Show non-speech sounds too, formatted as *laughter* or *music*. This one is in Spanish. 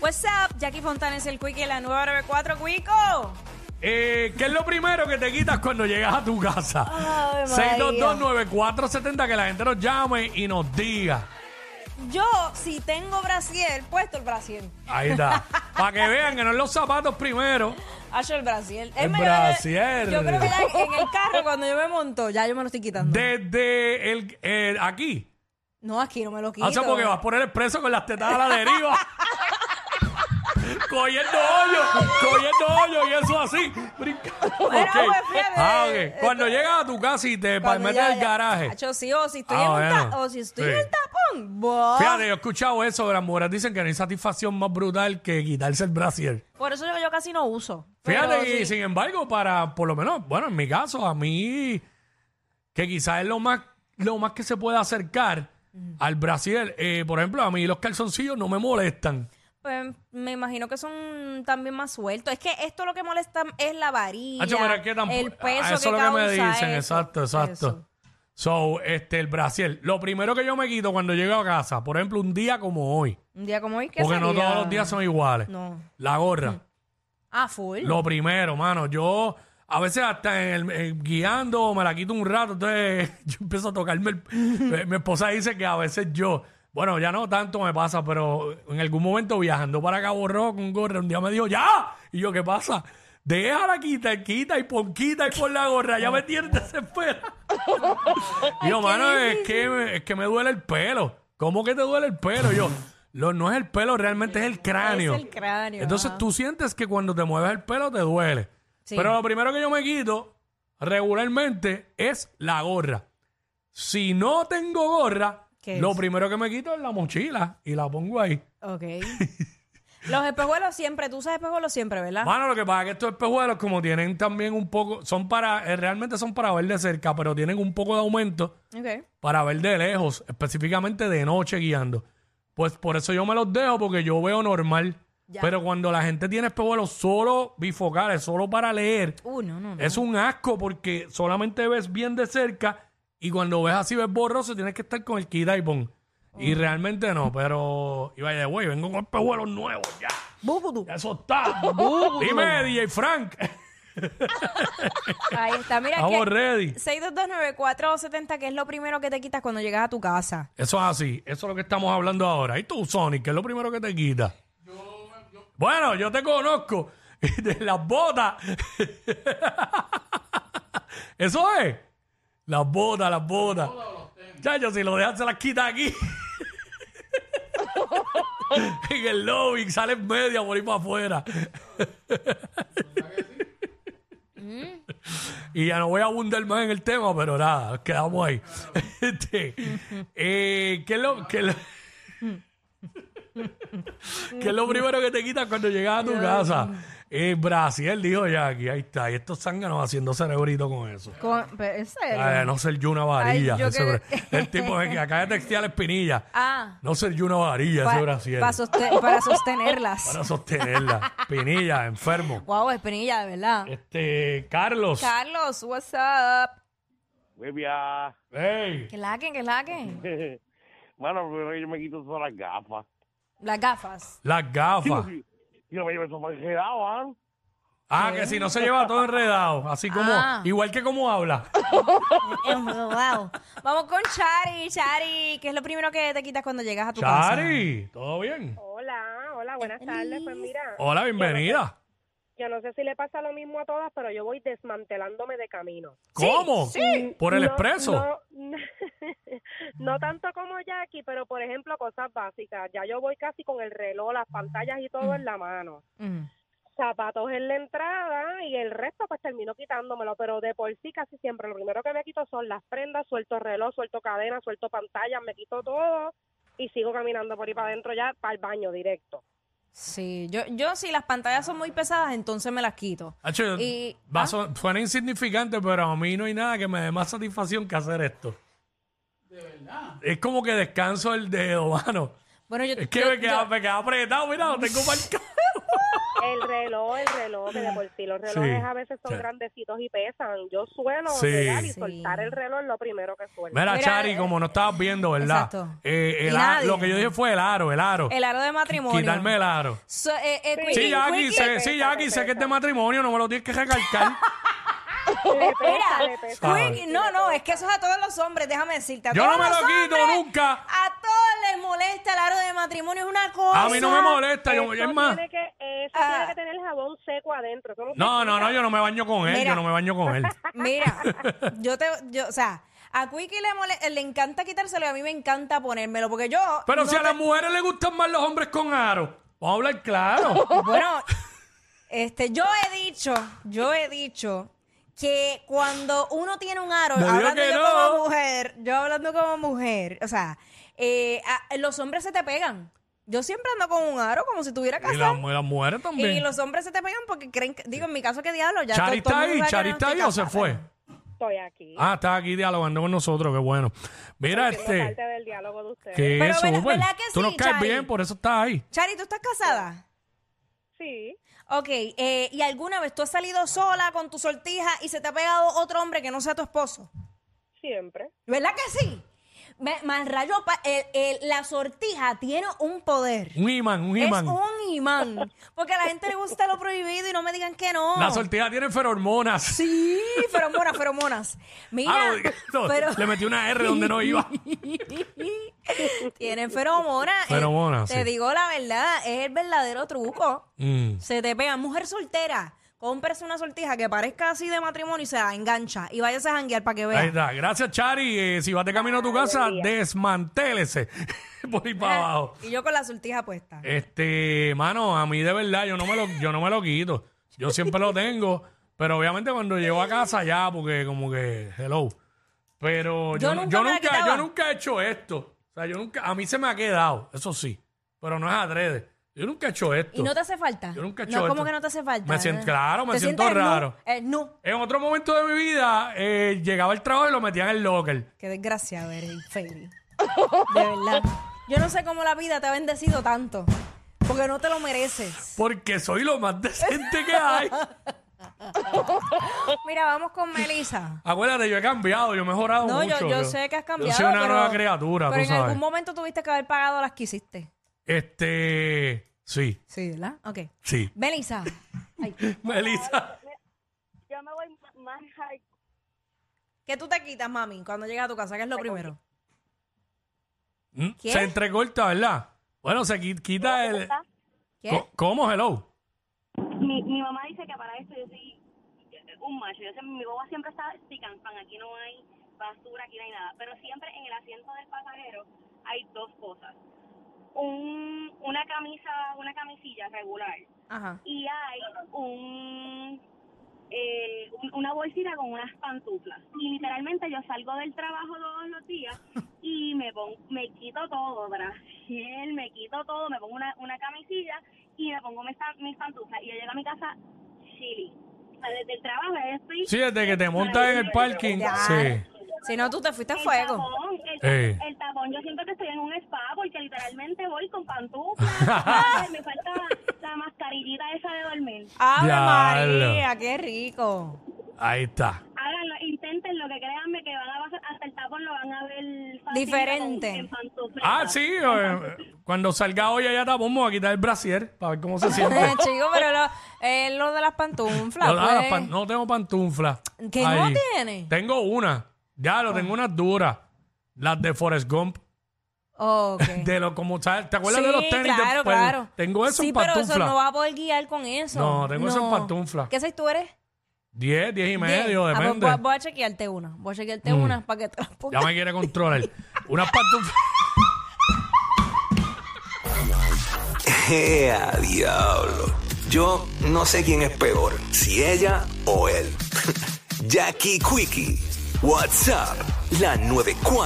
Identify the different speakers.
Speaker 1: What's up? Jackie Fontanes, el Quickie, la 994, Quico.
Speaker 2: Eh, ¿Qué es lo primero que te quitas cuando llegas a tu casa?
Speaker 1: Ay, María.
Speaker 2: 6229470, que la gente nos llame y nos diga.
Speaker 1: Yo, si tengo brasier, puesto el brasier. *laughs*
Speaker 2: Ahí está. Para que vean que no es los zapatos primero.
Speaker 1: Hacho el brasier.
Speaker 2: El
Speaker 1: me-
Speaker 2: brasier.
Speaker 1: Yo creo que ya en el carro, cuando yo me monto, ya yo me lo estoy quitando.
Speaker 2: Desde el, eh, aquí.
Speaker 1: No, aquí no me lo quito.
Speaker 2: Hace porque vas por el expreso con las tetas a
Speaker 1: *laughs*
Speaker 2: la deriva. cogiendo hoyo, cogiendo hoyo y eso así, brincando.
Speaker 1: Bueno,
Speaker 2: Ok.
Speaker 1: pues, fíjate.
Speaker 2: Ah, ok. Cuando llegas a tu casa y te
Speaker 1: eh, Cuando
Speaker 2: metes
Speaker 1: ya-
Speaker 2: al
Speaker 1: ya-
Speaker 2: garaje.
Speaker 1: Hacho, sí, o si estoy,
Speaker 2: Ah,
Speaker 1: en, un ta-
Speaker 2: bueno.
Speaker 1: o si estoy
Speaker 2: Sí.
Speaker 1: en el tapón. Buah.
Speaker 2: Fíjate, yo he escuchado eso de las mujeres. Dicen que no hay satisfacción más brutal que quitarse el brasier.
Speaker 1: Por eso yo, yo casi no uso.
Speaker 2: Fíjate,
Speaker 1: Pero
Speaker 2: y
Speaker 1: sí.
Speaker 2: sin embargo, para, por lo menos, bueno, en mi caso, a mí, que quizás es lo más, lo más que se puede acercar al brasier. Eh, por ejemplo, a mí los calzoncillos no me molestan.
Speaker 1: Pues me imagino que son también más sueltos. Es que esto lo que molesta es la varilla,
Speaker 2: Hacho, pero es que tampoco-
Speaker 1: el peso
Speaker 2: ah, eso
Speaker 1: que
Speaker 2: es lo que
Speaker 1: causa
Speaker 2: me dicen,
Speaker 1: eso.
Speaker 2: exacto, exacto.
Speaker 1: Eso.
Speaker 2: So, este, el brasier. Lo primero que yo me quito cuando llego a casa, por ejemplo, un día como hoy,
Speaker 1: Un día como hoy que
Speaker 2: porque no
Speaker 1: sería?
Speaker 2: todos los días son iguales.
Speaker 1: No.
Speaker 2: La gorra.
Speaker 1: Ah, full.
Speaker 2: Lo primero, mano, yo a veces hasta en el, en- guiando me la quito un rato, entonces *laughs* yo empiezo a tocarme. el-
Speaker 1: *laughs*
Speaker 2: mi, mi esposa dice que a veces yo, bueno, ya no tanto me pasa, pero en algún momento viajando para Cabo Rojo con gorra, un día me dijo, ¡ya! Y yo, ¿qué pasa? Déjala quita, quita y pon quita y pon la gorra, ya me
Speaker 1: *laughs*
Speaker 2: tienes desespera. Y yo, mano, es que, me, es que me duele el pelo. ¿Cómo que te duele el pelo? Y Yo, lo, no es el pelo, realmente es el cráneo.
Speaker 1: Es el cráneo,
Speaker 2: Entonces
Speaker 1: ajá.
Speaker 2: tú sientes que cuando te mueves el pelo te duele.
Speaker 1: Sí.
Speaker 2: Pero lo primero que yo me quito regularmente es la gorra. Si no tengo gorra,
Speaker 1: ¿Qué
Speaker 2: lo
Speaker 1: es?
Speaker 2: primero que me quito es la mochila y la pongo ahí. *laughs*
Speaker 1: Ok. los espejuelos siempre, tú usas espejuelos siempre, ¿verdad?
Speaker 2: Mano, lo que pasa es que estos espejuelos, como tienen también un poco, son para, eh, realmente son para ver de cerca, pero tienen un poco de aumento.
Speaker 1: Ok.
Speaker 2: para ver de lejos, específicamente de noche guiando. Pues por eso yo me los dejo, porque yo veo normal.
Speaker 1: Ya.
Speaker 2: Pero cuando la gente tiene espejuelos solo bifocales, solo para leer,
Speaker 1: Uh, no, no, no.
Speaker 2: es un asco porque solamente ves bien de cerca y cuando ves así, ves borroso, tienes que estar con el quita y pon. Y realmente no, pero. Y vaya, güey, vengo con espejuelos nuevos, ya.
Speaker 1: Bubudu.
Speaker 2: ya Eso está. Dime, DJ Frank.
Speaker 1: Ahí está, mira
Speaker 2: Estamos
Speaker 1: que
Speaker 2: ready.
Speaker 1: 6229470, que es lo primero que te quitas cuando llegas a tu casa.
Speaker 2: Eso es así, eso es lo que estamos hablando ahora. ¿Y tú, Sonic, qué es lo primero que te quita? Bueno, yo te conozco *laughs* de las botas. *laughs* eso es. Las botas, las botas. Chacho, si lo dejas se las quita aquí. *laughs* en el lobby, sales media por ir para afuera. Y ya no voy a abundar más en el tema, pero nada, nos quedamos ahí. *laughs* Este, eh, ¿qué, es lo, *laughs* qué es lo- qué es lo primero que te quitas cuando llegas a tu casa? Eh, Brasil, dijo Jackie, ahí está. Y estos zánganos haciendo cerebrito con eso.
Speaker 1: Con, pero, ¿En serio?
Speaker 2: Ay, no ser yo una varilla.
Speaker 1: Ay, yo
Speaker 2: ese
Speaker 1: que-
Speaker 2: bra- El tipo es que acaba de textear la espinilla.
Speaker 1: Ah.
Speaker 2: No ser yo una varilla,
Speaker 1: Pa-
Speaker 2: ese Brasil.
Speaker 1: pa soste-
Speaker 2: *laughs*
Speaker 1: para sostenerlas.
Speaker 2: Para sostenerla. Espinilla, enfermo.
Speaker 1: Wow, espinilla, de verdad.
Speaker 2: Este, Carlos.
Speaker 1: Carlos, what's up?
Speaker 3: Bebia.
Speaker 2: Ey.
Speaker 1: Que laquen, que laquen.
Speaker 3: *laughs* Mano, primero que yo me quito son las gafas.
Speaker 1: Las gafas.
Speaker 2: Las gafas.
Speaker 3: Yo me llevo eso para quedado, ¿ah?
Speaker 2: Ah, que si no se lleva todo enredado, así como,
Speaker 1: Ah.
Speaker 2: igual que como habla.
Speaker 1: Enredado. Vamos con Chari, Chari. ¿Qué es lo primero que te quitas cuando llegas a tu casa?
Speaker 2: Chari, ¿todo bien?
Speaker 4: Hola, hola, buenas tardes. Pues mira,
Speaker 2: Hola, bienvenida.
Speaker 4: yo no sé si le pasa lo mismo a todas, pero yo voy desmantelándome de camino.
Speaker 2: ¿Cómo? ¿Por el
Speaker 4: No-
Speaker 2: expreso?
Speaker 4: No, *laughs* no tanto como Jackie, pero por ejemplo, cosas básicas. Ya yo voy casi con el reloj, las pantallas y todo en la mano.
Speaker 1: Mm.
Speaker 4: Zapatos en la entrada y el resto pues termino quitándomelo, pero de por sí casi siempre lo primero que me quito son las prendas, suelto reloj, suelto cadena, suelto pantallas, me quito todo y sigo caminando por ahí para adentro ya para el baño directo.
Speaker 1: Sí, yo, yo si las pantallas son muy pesadas, entonces me las quito.
Speaker 2: Hacho,
Speaker 1: Y- ah.
Speaker 2: va a son- suena insignificante, pero a mí no hay nada que me dé más satisfacción que hacer esto. De verdad. Es como que descanso el dedo, *laughs* mano.
Speaker 1: Bueno, yo,
Speaker 2: Es que
Speaker 1: yo-
Speaker 2: me, queda,
Speaker 1: yo- *laughs*
Speaker 2: me queda apretado, mira, lo tengo marcado.
Speaker 4: El reloj, el reloj, que de por sí los relojes
Speaker 2: Sí,
Speaker 4: a veces son
Speaker 2: sí.
Speaker 4: grandecitos y pesan. Yo suelo
Speaker 2: Sí.
Speaker 4: llegar y
Speaker 1: Sí.
Speaker 4: soltar el reloj es lo primero que suelto.
Speaker 2: Mira,
Speaker 1: Mira,
Speaker 2: Chari,
Speaker 1: eh,
Speaker 2: como no estabas viendo, ¿verdad?
Speaker 1: exacto.
Speaker 2: Eh, el
Speaker 1: Y
Speaker 2: a-
Speaker 1: nadie.
Speaker 2: lo que yo dije fue el aro, el aro.
Speaker 1: El aro de matrimonio.
Speaker 2: Quitarme el aro.
Speaker 1: So, eh, eh,
Speaker 2: Sí,
Speaker 4: Sí,
Speaker 1: quickie,
Speaker 2: Jackie,
Speaker 1: quickie.
Speaker 2: sé,
Speaker 4: Pesa,
Speaker 2: sí, Jackie, sé
Speaker 4: pesa.
Speaker 2: que es de matrimonio, no me lo tienes que
Speaker 1: *laughs*
Speaker 2: recalcar. ¡Oh!
Speaker 4: Le pesa,
Speaker 1: Mira,
Speaker 4: le pesa.
Speaker 2: Sabe.
Speaker 1: Quickie, no, no, es que eso es a todos los hombres, déjame decirte. A
Speaker 2: Yo
Speaker 1: todos
Speaker 2: no me
Speaker 1: los
Speaker 2: lo quito
Speaker 1: hombres,
Speaker 2: nunca.
Speaker 1: A todos les molesta el aro de matrimonio, es una cosa.
Speaker 2: A mí no me molesta, yo,
Speaker 4: Eso
Speaker 2: es más.
Speaker 4: Tiene que, eso
Speaker 1: Ah.
Speaker 4: tiene que tener el jabón seco adentro. Eso se
Speaker 2: No, no,
Speaker 4: quita.
Speaker 2: no, yo no me baño con él,
Speaker 1: Mira.
Speaker 2: yo no me baño
Speaker 1: *laughs*
Speaker 2: con él. *laughs*
Speaker 1: Mira, yo te, yo, o sea, a Quickie le, mole- le encanta quitárselo y a mí me encanta ponérmelo, porque yo...
Speaker 2: Pero
Speaker 1: no
Speaker 2: si a
Speaker 1: te-
Speaker 2: las mujeres les gustan más los hombres con aro, vamos a
Speaker 1: *laughs*
Speaker 2: hablar claro.
Speaker 1: Bueno, este, yo he dicho, yo he dicho que cuando uno tiene un aro,
Speaker 2: Me dijo
Speaker 1: hablando
Speaker 2: que
Speaker 1: yo
Speaker 2: no.
Speaker 1: como mujer, yo hablando como mujer, o sea, eh, a- los hombres se te pegan. Yo siempre ando con un aro como si tuviera
Speaker 2: Y las
Speaker 1: casado.
Speaker 2: y las mujeres
Speaker 1: Y,
Speaker 2: también.
Speaker 1: los hombres se te pegan porque creen que, digo, en mi caso, que diablo? Ya
Speaker 2: Chari
Speaker 1: todo-
Speaker 2: está
Speaker 1: todo el
Speaker 2: ahí,
Speaker 1: mundo sabe que
Speaker 2: Chari
Speaker 1: no
Speaker 2: está
Speaker 1: estoy
Speaker 2: ahí o se
Speaker 1: casada,
Speaker 2: fue.
Speaker 1: pero-
Speaker 4: Estoy aquí.
Speaker 2: Ah, está aquí dialogando con nosotros, qué bueno. Mira,
Speaker 4: Siendo
Speaker 2: este,
Speaker 4: parte del diálogo de ustedes.
Speaker 2: que
Speaker 1: Pero
Speaker 2: eso,
Speaker 1: ¿verdad-
Speaker 2: pues,
Speaker 1: verdad que
Speaker 2: tú nos
Speaker 1: sí,
Speaker 2: caes
Speaker 1: Chari?
Speaker 2: bien, por eso estás ahí.
Speaker 1: Chari, ¿tú estás casada?
Speaker 4: Sí.
Speaker 1: Ok, eh, ¿y alguna vez tú has salido sola con tu sortija y se te ha pegado otro hombre que no sea tu esposo?
Speaker 4: Siempre.
Speaker 1: ¿Verdad que sí? Me- Más rayo, pa- el- el- la sortija tiene un poder.
Speaker 2: Un imán, un imán.
Speaker 1: Es un imán. Porque a la gente le gusta lo prohibido y no me digan que no.
Speaker 2: La sortija tiene feromonas.
Speaker 1: Sí, feromonas, feromonas. Mira,
Speaker 2: Ah, no, no,
Speaker 1: pero-
Speaker 2: le metí una R donde no iba.
Speaker 1: *laughs* tienen feromonas. Eh,
Speaker 2: Feromonas,
Speaker 1: Te
Speaker 2: sí.
Speaker 1: digo la verdad, es el verdadero truco.
Speaker 2: Mm.
Speaker 1: Se te pega. Mujer soltera, cómprese una sortija que parezca así de matrimonio y se la engancha. Y váyase a janguear para que
Speaker 2: Ahí
Speaker 1: vea.
Speaker 2: está. Gracias, Chari. Eh, si vas de camino a tu casa, desmantélese. *laughs* Por ahí para abajo.
Speaker 1: Y yo con la sortija puesta.
Speaker 2: Este, mano, a mí de verdad, yo no me lo, yo no me lo quito. Yo siempre lo tengo. Pero obviamente cuando llego a casa ya, porque como que, hello. Pero
Speaker 1: Yo
Speaker 2: yo, no-
Speaker 1: nunca
Speaker 2: yo
Speaker 1: me la
Speaker 2: nunca,
Speaker 1: quitaba.
Speaker 2: yo nunca he hecho esto. O sea, yo nunca, a mí se me ha quedado, eso sí. Pero no es adrede. Yo nunca he hecho esto.
Speaker 1: ¿Y no te hace falta?
Speaker 2: Yo nunca he
Speaker 1: No,
Speaker 2: hecho
Speaker 1: ¿Cómo
Speaker 2: esto.
Speaker 1: que no te hace falta?
Speaker 2: Me siento- claro, me
Speaker 1: ¿Te
Speaker 2: siento
Speaker 1: sientes nu?
Speaker 2: raro.
Speaker 1: Eh, nu.
Speaker 2: En otro momento de mi vida, eh, llegaba al trabajo y lo metía en el locker.
Speaker 1: Qué desgraciado eres, Feli. De verdad. Yo no sé cómo la vida te ha bendecido tanto. Porque no te lo mereces.
Speaker 2: Porque soy lo más *laughs* decente que hay.
Speaker 1: Mira, vamos con Melissa.
Speaker 2: Acuérdate, yo he cambiado, yo he mejorado
Speaker 1: No,
Speaker 2: mucho.
Speaker 1: yo, yo sé que has cambiado.
Speaker 2: Yo soy una
Speaker 1: pero-
Speaker 2: nueva criatura,
Speaker 1: Pero
Speaker 2: tú
Speaker 1: en
Speaker 2: sabes.
Speaker 1: algún momento tuviste que haber pagado las que hiciste.
Speaker 2: Este. Sí,
Speaker 1: Sí, ¿verdad? Ok.
Speaker 2: sí.
Speaker 1: Melissa. Ay,
Speaker 2: Melissa.
Speaker 4: Yo me voy más high.
Speaker 1: ¿Qué tú te quitas, mami, cuando llegas a tu casa? ¿Qué es lo primero?
Speaker 2: Mm,
Speaker 1: ¿Qué?
Speaker 2: Se entrecorta, ¿verdad? Bueno, se qui- quita el.
Speaker 1: ¿Qué?
Speaker 2: Co- ¿Cómo? Hello.
Speaker 5: mi, mi mamá dice que para esto yo soy un macho. Yo sé- mi boba siempre está stican pan. Aquí no hay basura, aquí no hay nada. Pero siempre en el asiento del pasajero hay dos cosas. Un, una camisa, una camisilla regular
Speaker 1: Ajá.
Speaker 5: y hay un, eh, un- una bolsita con unas pantuflas. Y literalmente yo salgo del trabajo todos los días y me pon- me quito todo, Brasil, me quito todo, me pongo una, una camisilla y me pongo mis, pan- mis pantuflas. Y yo llego a mi casa chili. O sea, desde el trabajo yo estoy...
Speaker 2: Sí, desde que te montas en el parking.
Speaker 1: Ya.
Speaker 2: Sí.
Speaker 1: Si no, tú te fuiste a
Speaker 5: El
Speaker 1: fuego.
Speaker 5: tapón, el,
Speaker 2: Eh.
Speaker 5: el tapón, yo siento que estoy en un spa porque literalmente voy con pantuflas. me falta la mascarillita esa de dormir.
Speaker 1: ¡Ave
Speaker 2: Diablo.
Speaker 1: María! ¡Qué rico! *laughs*
Speaker 2: Ahí está.
Speaker 5: Háganlo, inténtenlo, que créanme que van a pasar, hasta el tapón lo van a ver fácil
Speaker 1: Diferente.
Speaker 5: con- en pantuflas.
Speaker 2: Ah, sí. eh, cuando salga hoy allá tapón, me voy a quitar el brasier para ver
Speaker 1: *laughs*
Speaker 2: cómo se siente.
Speaker 1: Chico, pero lo, eh, lo de las pantuflas.
Speaker 2: No, ah, las
Speaker 1: pues.
Speaker 2: pan- no tengo pantufla.
Speaker 1: ¿Que no tiene? Ah.
Speaker 2: Tengo una. Ya lo tengo unas duras. Las de Forrest Gump. *laughs*
Speaker 1: Ok.
Speaker 2: De lo como ¿sabes? ¿Te acuerdas
Speaker 1: Sí,
Speaker 2: de los tenis? de-
Speaker 1: claro,
Speaker 2: pues,
Speaker 1: claro.
Speaker 2: Tengo eso
Speaker 1: sí,
Speaker 2: en
Speaker 1: pero
Speaker 2: pantufla.
Speaker 1: eso no vas a poder guiar con eso.
Speaker 2: No, tengo eso en pantufla.
Speaker 1: ¿Qué seis tú eres?
Speaker 2: 10, 10 y
Speaker 1: Diez.
Speaker 2: medio,
Speaker 1: Ah, pues
Speaker 2: depende. Mm.
Speaker 1: voy, a- voy a chequearte una. Voy a chequearte una para que te las
Speaker 2: Ya
Speaker 1: pongas.
Speaker 2: me
Speaker 1: *laughs*
Speaker 2: quiere controlar. Unas pantuflas.
Speaker 6: *laughs* ¡Ea, diablo! Yo no sé quién es peor, si ella *laughs* o él. Jackie Quickie, WhatsApp, la 94.